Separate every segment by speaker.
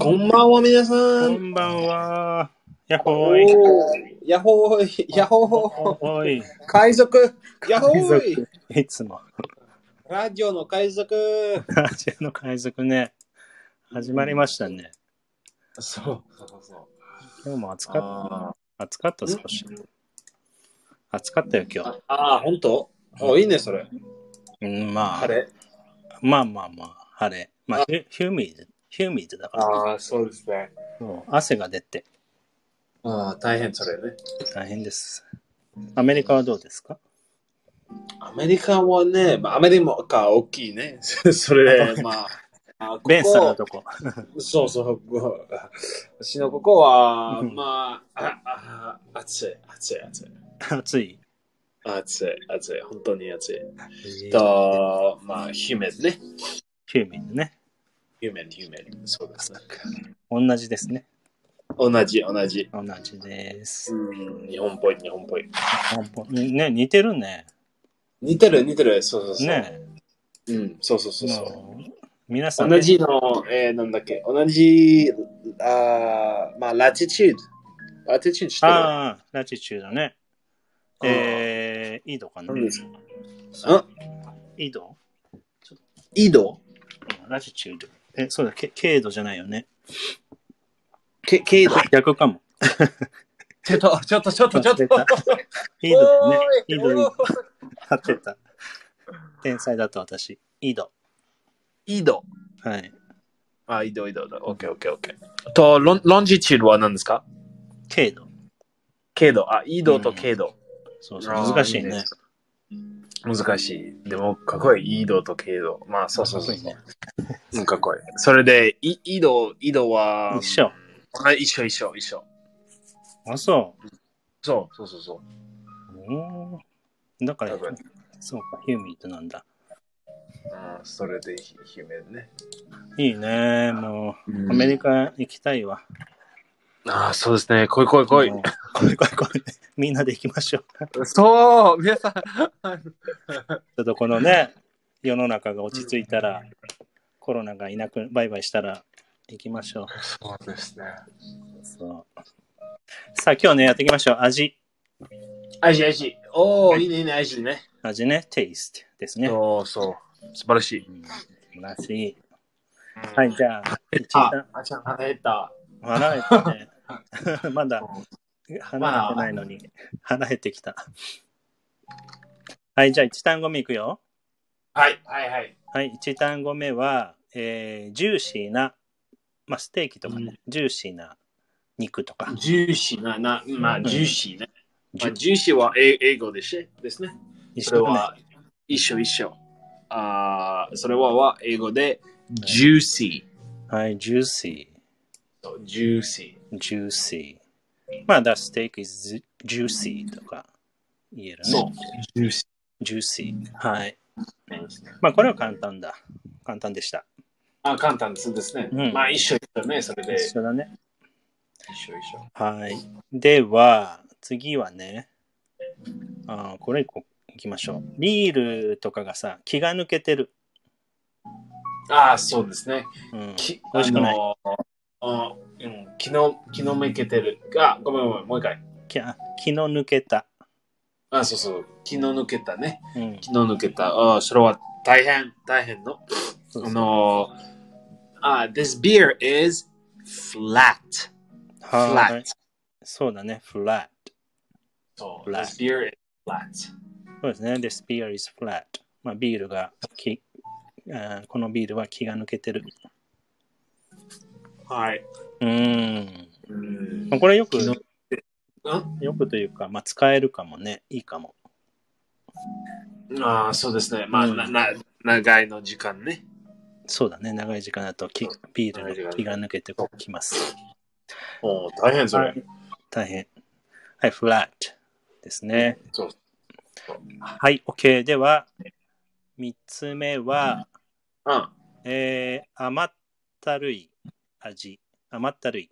Speaker 1: こんばんは、皆さ
Speaker 2: こ
Speaker 1: ん。
Speaker 2: んばんは。やっほ
Speaker 1: お
Speaker 2: ーい。
Speaker 1: ーやっほーい、やっほーい、
Speaker 2: おい。
Speaker 1: 海賊、やっほー
Speaker 2: 海
Speaker 1: い、
Speaker 2: 賊いつも。
Speaker 1: ラジオの海賊。
Speaker 2: ラジオの海賊ね。始まりましたね。
Speaker 1: そう。
Speaker 2: 今日も暑かっ
Speaker 1: あ
Speaker 2: た。暑かった少し。暑かったよ、今
Speaker 1: ーあー、ほんとおいいね、それ。
Speaker 2: 日。うん、ま
Speaker 1: あ
Speaker 2: あ、
Speaker 1: れ
Speaker 2: まあまあまあ、晴れ。まあ、ヒュヒューミッド、ヒューミッドだから。
Speaker 1: ああ、そうですね。
Speaker 2: もう汗が出て
Speaker 1: ああ、大変それね。
Speaker 2: 大変です。アメリカはどうですか
Speaker 1: アメリカはね、まあ、アメリカは大きいね。それで、まあ。あここ
Speaker 2: ベンさんのとこ。
Speaker 1: そうそう。ここ私のここは、
Speaker 2: うん
Speaker 1: まあ、あああ暑い、暑い、暑い。
Speaker 2: 暑い。
Speaker 1: 暑い、暑い、本当に暑い。
Speaker 2: ヒュ
Speaker 1: と、まあ、ヒューメンね。
Speaker 2: ーミッドね。
Speaker 1: ヒューメン、ヒューメン。そうです。なんか
Speaker 2: 同じですね。
Speaker 1: 同じ、同じ。
Speaker 2: 同じです。
Speaker 1: うん、日本っぽい、日本っぽい。
Speaker 2: あぼね、似てるね。
Speaker 1: 似てる、似てる。そうそうそう。
Speaker 2: ね。
Speaker 1: うん、そうそうそうそう。
Speaker 2: うん皆さん、
Speaker 1: 同じの、えー、なんだっけ、同じ、あーまあ、ラティチュード。ラティチュードしてる。
Speaker 2: ああ、ラチチュードね。えー、井戸かな
Speaker 1: 何ですか
Speaker 2: 井戸
Speaker 1: 緯度
Speaker 2: うんラチチュード。え、そうだ、け軽度じゃないよね。
Speaker 1: け、け度
Speaker 2: 逆かも。
Speaker 1: ちょっと、ちょっと、ちょっと、ちょっと。
Speaker 2: 出た井戸だね。
Speaker 1: おーい
Speaker 2: 井戸、井戸。
Speaker 1: おー
Speaker 2: 合ってた。天才だった私。井戸。
Speaker 1: い緯度。
Speaker 2: はい。
Speaker 1: あ、緯度、緯度だ。オッケー、オッケー、オッケー。と、ロンロンジチュードは何ですか
Speaker 2: 軽度。
Speaker 1: 軽度。あ、緯度と軽度。
Speaker 2: そうそう、難しいね。。
Speaker 1: 難しい。でも、かっこいい。緯度と経度。まあ、そうそうそう。
Speaker 2: かっこいいね
Speaker 1: うん、かっこいい。それで、い緯度、緯度は、
Speaker 2: 一緒。
Speaker 1: あ一緒一緒一緒。
Speaker 2: あ、そ。
Speaker 1: そうそうそうそう
Speaker 2: おーだか
Speaker 1: う。
Speaker 2: ら
Speaker 1: 多、分
Speaker 2: そうか、ヒューミッドなんだ。
Speaker 1: うん、それで、ひ姫ね。
Speaker 2: いいね。もう、
Speaker 1: うん
Speaker 2: アメリカ行きたいわ。
Speaker 1: ああ、そうですね。来い来い来い。
Speaker 2: もう来い来い来い。みんなで行きましょう。
Speaker 1: そう皆さん。
Speaker 2: ちょっとこのね、世の中が落ち着いたら、コロナがいなく、バイバイしたら行きましょう。
Speaker 1: そうですね。
Speaker 2: そうさあ、今日ね、やっていきましょう。味。
Speaker 1: アジアジ。おお、いいね、いいね、アジね。
Speaker 2: 味ね、テイストですね。
Speaker 1: そうそう。素晴らしい。
Speaker 2: うん素晴らしい。はい、じゃあ、一
Speaker 1: あ
Speaker 2: 旦、、
Speaker 1: あちゃん、腹減った。
Speaker 2: 腹減って ね。まだ、腹減ってないのに、腹減ってきた。はい、じゃあ、一単語目いくよ。
Speaker 1: はい、はい、はい。
Speaker 2: はい、一単語目は、えージューシーな、まあ、ステーキとかね、ジューシーな肉とか。
Speaker 1: ジューシーな、な、まあ、ジューシーね。
Speaker 2: ジ
Speaker 1: ま
Speaker 2: ュ
Speaker 1: あ、ジューシーは英英語でしですね。
Speaker 2: 一
Speaker 1: それ
Speaker 2: 緒だね
Speaker 1: は一緒一緒。あーそれはは英語でジューシ
Speaker 2: はい、ジューシ
Speaker 1: ー。ジューシ
Speaker 2: ー、ジューシー。まあ、だ、ステーキ is juicy とか言え
Speaker 1: ー。
Speaker 2: るね。
Speaker 1: そう。ジューシ
Speaker 2: ジューシー。はい。
Speaker 1: ー。
Speaker 2: まあ、これは簡単だ。簡単でした。
Speaker 1: あ簡単ですですね。
Speaker 2: うん
Speaker 1: まあ一緒一緒ね、それで。一
Speaker 2: 一緒だね。
Speaker 1: 緒一緒。
Speaker 2: はい。では、次はね、あーこれ一個いきましょう。ビールとかがさ、気が抜けてる。
Speaker 1: ああ、そうですね。
Speaker 2: うん。
Speaker 1: き
Speaker 2: 美味しくない。
Speaker 1: あのーあうん、気の気のめけてる。あ、ごめんごめん、もう一回。
Speaker 2: きあ気の抜けた。
Speaker 1: あそうそう。気の抜けたね。
Speaker 2: うん。
Speaker 1: 気の抜けた。あーそれは大変、大変の。
Speaker 2: そう
Speaker 1: あ
Speaker 2: そう
Speaker 1: のー、あ、this beer is flat.
Speaker 2: はい
Speaker 1: flat.
Speaker 2: そうだね。flat。
Speaker 1: So,
Speaker 2: Flat.
Speaker 1: this beer is flat.
Speaker 2: そうですね。This beer is flat. まあ、ビールがき、あーこのビールは気が抜けてる。
Speaker 1: はい。
Speaker 2: うーん。
Speaker 1: うん
Speaker 2: まあ、これよく、
Speaker 1: 気の
Speaker 2: よくというか、まあ、使えるかもね。いいかも。
Speaker 1: ああ、そうですね。まあ、
Speaker 2: うん
Speaker 1: なな長いの時間ね。
Speaker 2: そうだね。長い時間だときビールの気が抜けてきます。
Speaker 1: おお、大変それ。
Speaker 2: はい大変。はい、flat ですね。
Speaker 1: そう。
Speaker 2: はい、OK。では、3つ目は、
Speaker 1: うん。
Speaker 2: えー、甘ったるい味。甘ったるい。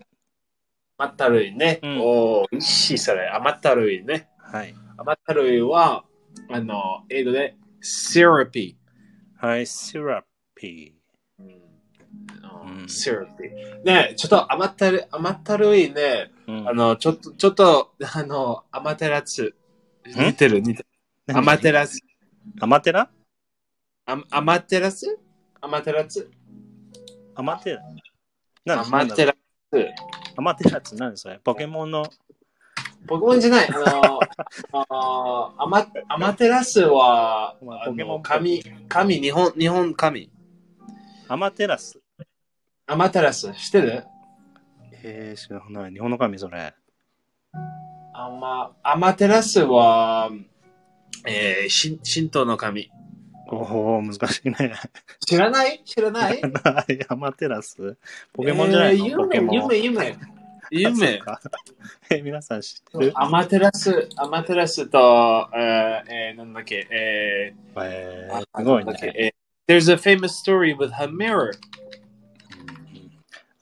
Speaker 1: 甘ったるいね。
Speaker 2: うん
Speaker 1: おお、美味しいそれ。甘ったるいね。
Speaker 2: はい。
Speaker 1: 甘ったるいは、あの、英語で、syrupy。
Speaker 2: はい、シュラピー。
Speaker 1: うん
Speaker 2: うん
Speaker 1: セラピー。ねちょっと甘ったる、甘ったるいね、
Speaker 2: うん
Speaker 1: あの、ちょっと、ちょっと、あの、アマテラス。似てる、似てる。アマテラス。
Speaker 2: アマテラ
Speaker 1: アアマテラスアマテラス
Speaker 2: アマテラ
Speaker 1: アマテ
Speaker 2: ラ
Speaker 1: ラス。
Speaker 2: アマテラって何それポケモンの。
Speaker 1: ポケモンじゃない。あの、あのアマアマテラスは、
Speaker 2: まあ
Speaker 1: あの
Speaker 2: ポケモン
Speaker 1: 神、神、日本、日本神。
Speaker 2: アマテラス。
Speaker 1: アマテラス、知ってる
Speaker 2: えー、知らない。日本の神それ。
Speaker 1: アマ、アマテラスは、えー、し神道の神。
Speaker 2: おお難しいね。
Speaker 1: 知らない知らない
Speaker 2: アマテラスポケモンじゃないの、
Speaker 1: えー
Speaker 2: ポケモン。
Speaker 1: 夢、夢、夢。夢
Speaker 2: あ。そっか え、皆さん知ってる
Speaker 1: アマテラス、アマテラスと、えーえーなんだっけ、え
Speaker 2: え
Speaker 1: ー
Speaker 2: ー、すごい
Speaker 1: なんだっけ
Speaker 2: ね。
Speaker 1: えー There's a famous story with a mirror.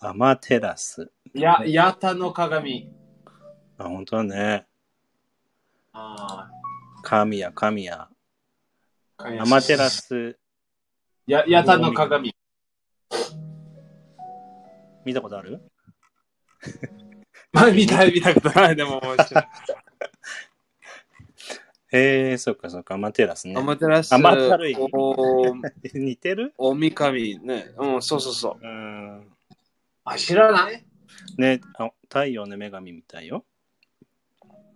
Speaker 2: アマテラス。
Speaker 1: や、やたの鏡。
Speaker 2: あ、本当だね。
Speaker 1: あ
Speaker 2: 神や神や。
Speaker 1: ー
Speaker 2: アマテラ。ス、
Speaker 1: や、やたの鏡。
Speaker 2: 見たことある
Speaker 1: まあ、見たい、見たことない。で も面白い、
Speaker 2: えー、そっかそっか、アマテラスね
Speaker 1: ア。マテラス、
Speaker 2: アマタルイ
Speaker 1: お、
Speaker 2: 似てる
Speaker 1: おみかみね。うん、そうそうそう。
Speaker 2: うん。
Speaker 1: あ、知らない
Speaker 2: ねあ、太陽の女神みたいよ。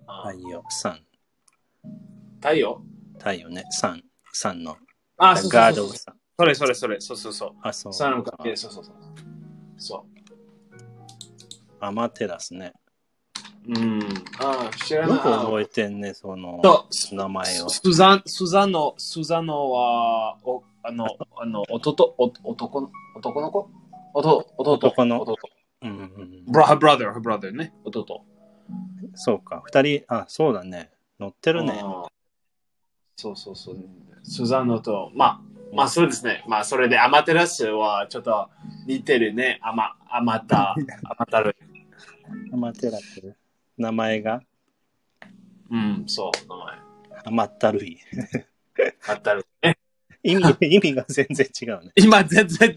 Speaker 1: あ
Speaker 2: 太陽、さん。
Speaker 1: 太陽
Speaker 2: 太陽ね、さん。さんの。
Speaker 1: あ、そうそ
Speaker 2: ガ
Speaker 1: う
Speaker 2: ー
Speaker 1: そう
Speaker 2: ド
Speaker 1: そう。
Speaker 2: さん。
Speaker 1: それそれそれ、そうそうそう。
Speaker 2: あ、そう。
Speaker 1: その鏡、そうそうそう。そう。
Speaker 2: アマテラスね。
Speaker 1: うん。あー知ら
Speaker 2: よ
Speaker 1: ない。
Speaker 2: く覚えてんね、その
Speaker 1: そう
Speaker 2: 名前を。
Speaker 1: スザン、スザノ、スザノは、おあの、あの、弟、お男の、男の子弟、弟。
Speaker 2: 男の
Speaker 1: 弟。
Speaker 2: うんうん
Speaker 1: ブラ、her brother, her brother ね。弟。
Speaker 2: うん、そうか、二人、あ、そうだね。乗ってるね。
Speaker 1: あーそうそうそう。スザノと、まあ、まあそうですね。まあそれで、アマテラスはちょっと似てるね。アマ、アマタ、アマタル。
Speaker 2: アマテラス。名前が
Speaker 1: うん、そう、名前。
Speaker 2: アマタルイ。
Speaker 1: アマタル。
Speaker 2: 意味、意味が全然違うね。
Speaker 1: 今、全 然違う。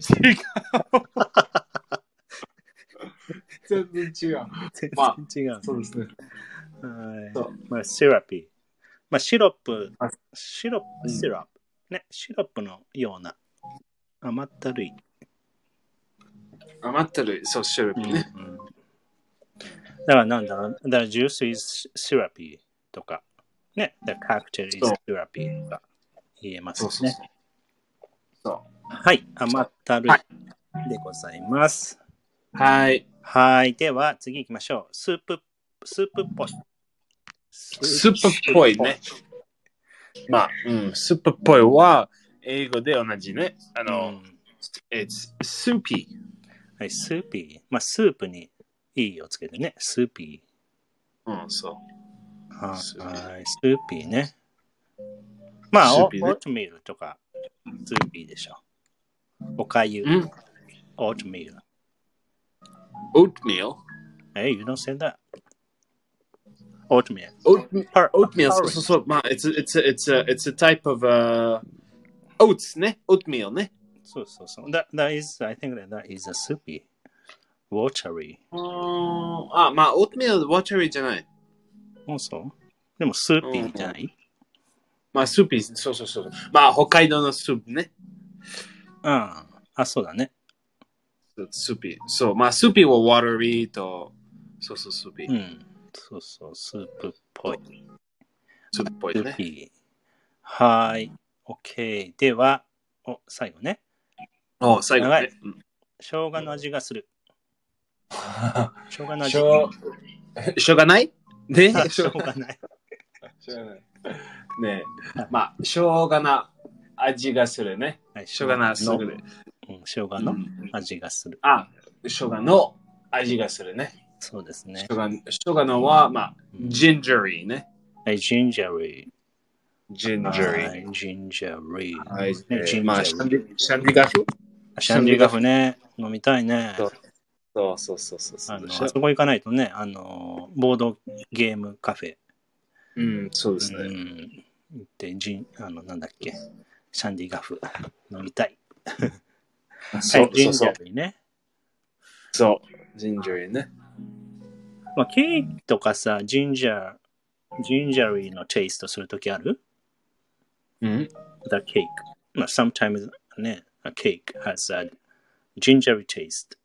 Speaker 1: 全然違う。
Speaker 2: 全
Speaker 1: ま
Speaker 2: 然違うね。
Speaker 1: そうですね。
Speaker 2: はい
Speaker 1: そう
Speaker 2: まあ、シラピー。まあ、シロップ
Speaker 1: あ、
Speaker 2: シロッ
Speaker 1: う
Speaker 2: プ、
Speaker 1: ん
Speaker 2: シロップ。ね、シロップのような。甘ったるい。
Speaker 1: 余ってる、そう、シルビーね。
Speaker 2: うんだからなんだろうだから、ジュース is シラピーとか、ね、だからカクテル is
Speaker 1: そう
Speaker 2: シラピーとか言えます
Speaker 1: そ
Speaker 2: ね
Speaker 1: う。そうそう。そ
Speaker 2: はい、甘ったる
Speaker 1: はい
Speaker 2: でございます。
Speaker 1: う。はい。
Speaker 2: はい、では次行きましょう。スープ、スープっぽい。
Speaker 1: ス
Speaker 2: ス
Speaker 1: ープっぽいね。。まあ、うん、スープっぽいは、英語で同じね。あ
Speaker 2: あの、
Speaker 1: の、it's soupy。
Speaker 2: はい、スーピー。まあ、スープにいいをつけてね、スーピ
Speaker 1: うん、そう。
Speaker 2: ー。はい、ス
Speaker 1: スーピー
Speaker 2: ーピーね。まあ、
Speaker 1: ス
Speaker 2: オ
Speaker 1: ー
Speaker 2: オ
Speaker 1: ピーね
Speaker 2: ートミールとか、スーピーでしょ。おかゆ
Speaker 1: う、ん
Speaker 2: オートミール。
Speaker 1: ?oatmeal。
Speaker 2: え、you don't say that. オートミール。
Speaker 1: oatmeal。
Speaker 2: パ
Speaker 1: oatmeal。
Speaker 2: porridge
Speaker 1: そうそうそう。まあ、it's a, it's a, it's a, it's a type of、uh, oats ね。oatmeal ね。
Speaker 2: そうそうそう。That, that is, I think that, that is a soupy. Watery.
Speaker 1: うんあ、まあ、oatmeal、watery じゃない。
Speaker 2: Also? でも、スーピーじゃない、
Speaker 1: まあ、スープ、そうそうそう。まあ、北海道のスープね。
Speaker 2: うん、ああ、そうだね。
Speaker 1: スーピー。そう、まあ、スーピーは watery と、そうそう、スーピー
Speaker 2: う。ん。そうそう、スープっぽい。
Speaker 1: スープっぽ
Speaker 2: ス
Speaker 1: い
Speaker 2: ー
Speaker 1: ね。
Speaker 2: ピー。はーい。OK。では、お、最後ね。
Speaker 1: お最後
Speaker 2: 長
Speaker 1: ね
Speaker 2: い。生姜の味がする。生姜の味。
Speaker 1: しょう、 しょうがないね
Speaker 2: あ、
Speaker 1: し
Speaker 2: しょ
Speaker 1: ょ
Speaker 2: うがない。
Speaker 1: うがない。 ねえ。まあ、しょうがな味がするね。
Speaker 2: はい
Speaker 1: しょうがな、す
Speaker 2: の、う
Speaker 1: ぐ
Speaker 2: ん
Speaker 1: で。
Speaker 2: 生姜
Speaker 1: う
Speaker 2: の
Speaker 1: ん
Speaker 2: 味がする。
Speaker 1: あ、しょうがの味がするね。
Speaker 2: そうです
Speaker 1: し
Speaker 2: ね。
Speaker 1: ょうが、しょうがのは、まあ、
Speaker 2: うん
Speaker 1: gingery ね。
Speaker 2: はい、ジンジャリー。
Speaker 1: gingery。
Speaker 2: はいジンジャリー。
Speaker 1: はい。えー
Speaker 2: gingery
Speaker 1: まあ、シャンディ、シャンディガフ
Speaker 2: シャンディガフね。飲みたいね。
Speaker 1: そうそうそうそうそうそ
Speaker 2: あの
Speaker 1: う。
Speaker 2: あそこ行かないとね、あの、ボードゲームカフェ、
Speaker 1: うん、そうです
Speaker 2: う
Speaker 1: ね。
Speaker 2: ん、行ってジン、あの、なんだっけ、シャンディガフ飲みたい。
Speaker 1: そう
Speaker 2: ジ
Speaker 1: そ
Speaker 2: ン
Speaker 1: うそ
Speaker 2: ジ
Speaker 1: う
Speaker 2: ャ。リーね。
Speaker 1: そう、ジンジャーね。
Speaker 2: まあ、ケーキとかさ、ジンジャー、ジンジャーリーのテイストするときある
Speaker 1: うん。
Speaker 2: だケーキ。まあ、sometimes ね、a cake has a gingery taste.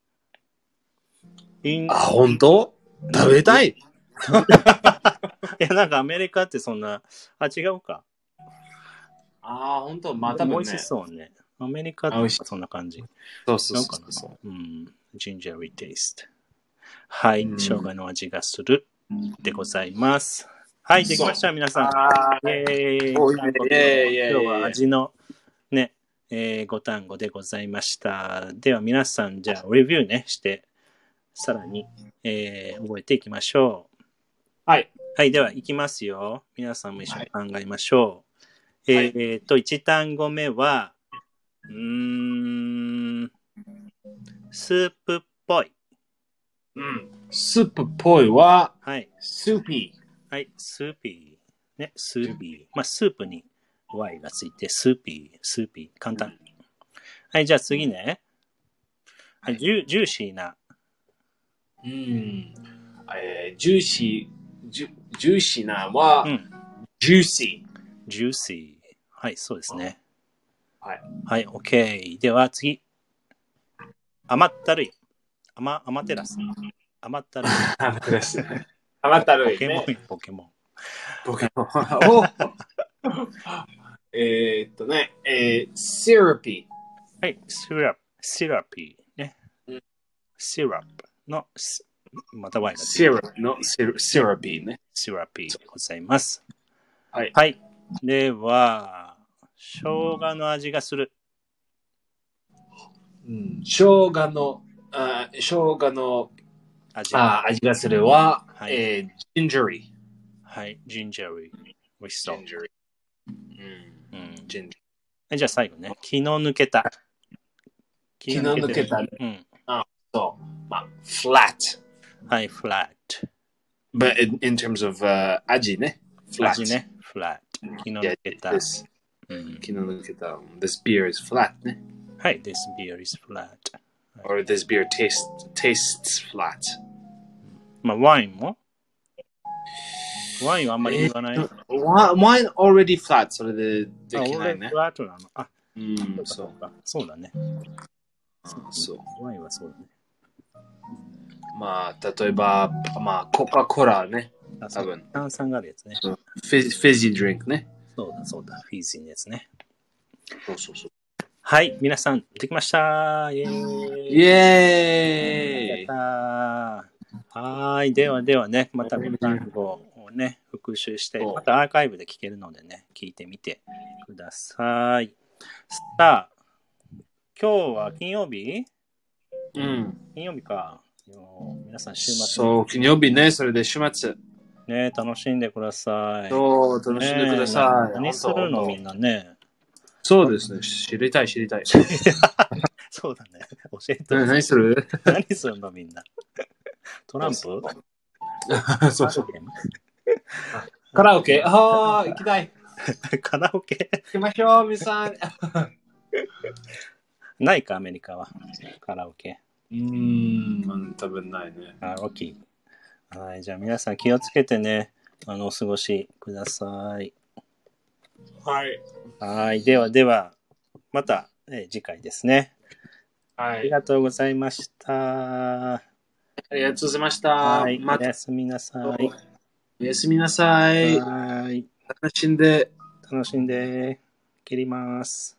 Speaker 2: In-
Speaker 1: あ、本当食べたい
Speaker 2: いや、なんかアメリカってそんな、あ、違うか。
Speaker 1: ああ、本当まあ多
Speaker 2: 美
Speaker 1: 分
Speaker 2: 味
Speaker 1: ね。
Speaker 2: し
Speaker 1: そう
Speaker 2: そうね。アメリカ
Speaker 1: あ美
Speaker 2: と
Speaker 1: 味し
Speaker 2: かそんな感じ。
Speaker 1: そうそ
Speaker 2: な
Speaker 1: うん
Speaker 2: かな
Speaker 1: そう。
Speaker 2: うん、ジンジャーリーテイスト。はい、
Speaker 1: うん
Speaker 2: 生姜の味がするでございます。はい、できました、皆さん。
Speaker 1: あ
Speaker 2: イェーイ
Speaker 1: おいイェーイイェーイ
Speaker 2: 今日は味のね、えー、ご単語でございました。では皆さん、じゃあ、レビューね、して、さらに、えー覚えていきましょう。
Speaker 1: はい。
Speaker 2: はい、では、いきますよ。皆さんも一緒に考えましょう。
Speaker 1: はい
Speaker 2: えーえーっと、1単語目は、うーん、スープっぽい。
Speaker 1: うん。スープっぽいは、
Speaker 2: はい。
Speaker 1: スーピー。
Speaker 2: はい、スーピー。ね、スーピー。まあ、スープに Y がついて、スーピー、スーピー。簡単。はい、じゃあ次ね。はい、ジュジューシーな。
Speaker 1: うん。えー、ジューシー、ジュジューシーなは、
Speaker 2: うん、
Speaker 1: ジューシー。
Speaker 2: ジューシー。はい、そうですね。
Speaker 1: はい。
Speaker 2: はい、OK。では次。甘ったるい。甘、甘テラス。甘ったるい。
Speaker 1: あなたです。あなた
Speaker 2: ポ
Speaker 1: るい
Speaker 2: ケ
Speaker 1: ね。
Speaker 2: モン、ポケモン。
Speaker 1: ポケモン。お えーっとね、えー、シロピ
Speaker 2: はい、シラプ、シラピー。ね
Speaker 1: うん。
Speaker 2: シラプの、すまた Y
Speaker 1: ー。
Speaker 2: がついて
Speaker 1: シロピのシロシロピーね。
Speaker 2: シラピーでございます。
Speaker 1: はい
Speaker 2: はい。では、生姜の味がする。
Speaker 1: うん。生姜の、あ生姜の
Speaker 2: 味
Speaker 1: あ味がするは、
Speaker 2: はい
Speaker 1: えー、ジンジャリー。
Speaker 2: はい。ジンジャーリー。美味しそう。
Speaker 1: ジンジャリ
Speaker 2: うん、
Speaker 1: ー。ジンジ
Speaker 2: じゃあ最後ね。気の抜けた。
Speaker 1: ャリー。気の抜けた
Speaker 2: る。うん。
Speaker 1: そう。まあ、flat。
Speaker 2: はい。フラット。
Speaker 1: But in, in terms of、uh, 味ね。flat.
Speaker 2: 味ね。フラット。気の抜け
Speaker 1: Yeah,
Speaker 2: た。
Speaker 1: this,
Speaker 2: うん
Speaker 1: 気の抜けた。This beer is flat ね。
Speaker 2: はい。This beer is flat.
Speaker 1: Or this beer tastes, tastes flat.
Speaker 2: まあ、ワインもワインはあんまり言わない。あ、
Speaker 1: Wine wine already flat, それでできな
Speaker 2: 俺
Speaker 1: いね
Speaker 2: フ。ラットなの。あ、
Speaker 1: うん、
Speaker 2: そ
Speaker 1: そうう。
Speaker 2: か。そうだね。
Speaker 1: そう。
Speaker 2: ワインはそうだね。
Speaker 1: まあ、例えば、まあ、コカ・コーラね。
Speaker 2: あ
Speaker 1: 多分。
Speaker 2: 炭酸があるやつね。
Speaker 1: フィフィジードリンクね。
Speaker 2: そうだそうだ、フィーズのやつね。
Speaker 1: そうそうそう。
Speaker 2: はい、皆さん、できましたイェーイ
Speaker 1: イエー
Speaker 2: やっ
Speaker 1: イ
Speaker 2: たーはーい、ではではね、またご単語をね、復習して、
Speaker 1: そう
Speaker 2: またアーカイブで聞けるのでね、聞いてみてください。さあ、今日は金曜日
Speaker 1: うん。
Speaker 2: 金曜日か。もう皆さん、週末
Speaker 1: そう、金曜日ね、それで週末。
Speaker 2: ね、楽しんでください。
Speaker 1: そう、楽しんでくださ
Speaker 2: ね
Speaker 1: い。
Speaker 2: 何するのみん
Speaker 1: な。
Speaker 2: なね。
Speaker 1: そうですね、知りたい、知りたい。
Speaker 2: そうだね。教えて。
Speaker 1: 何する
Speaker 2: 何するのみんな。トランプ
Speaker 1: そうそう。 カラオケああ、行きたい。
Speaker 2: カラオケ
Speaker 1: 行きましょう、皆さん。う
Speaker 2: ないか、アメリカは。カラオケ。
Speaker 1: ーん、多分ないね。
Speaker 2: カラオケ。はい、じゃあ皆さん気をつけてね、あの、お過ごしください。
Speaker 1: はい。
Speaker 2: はい、ではでは、また、えー次回ですね。
Speaker 1: は
Speaker 2: あり
Speaker 1: い。
Speaker 2: がとうございました。
Speaker 1: ありがとうございました
Speaker 2: はい、。
Speaker 1: ま
Speaker 2: お
Speaker 1: た
Speaker 2: や、すみなさい。
Speaker 1: おやすみなさい。
Speaker 2: はい、
Speaker 1: 楽しんで。
Speaker 2: 楽しんで、切ります。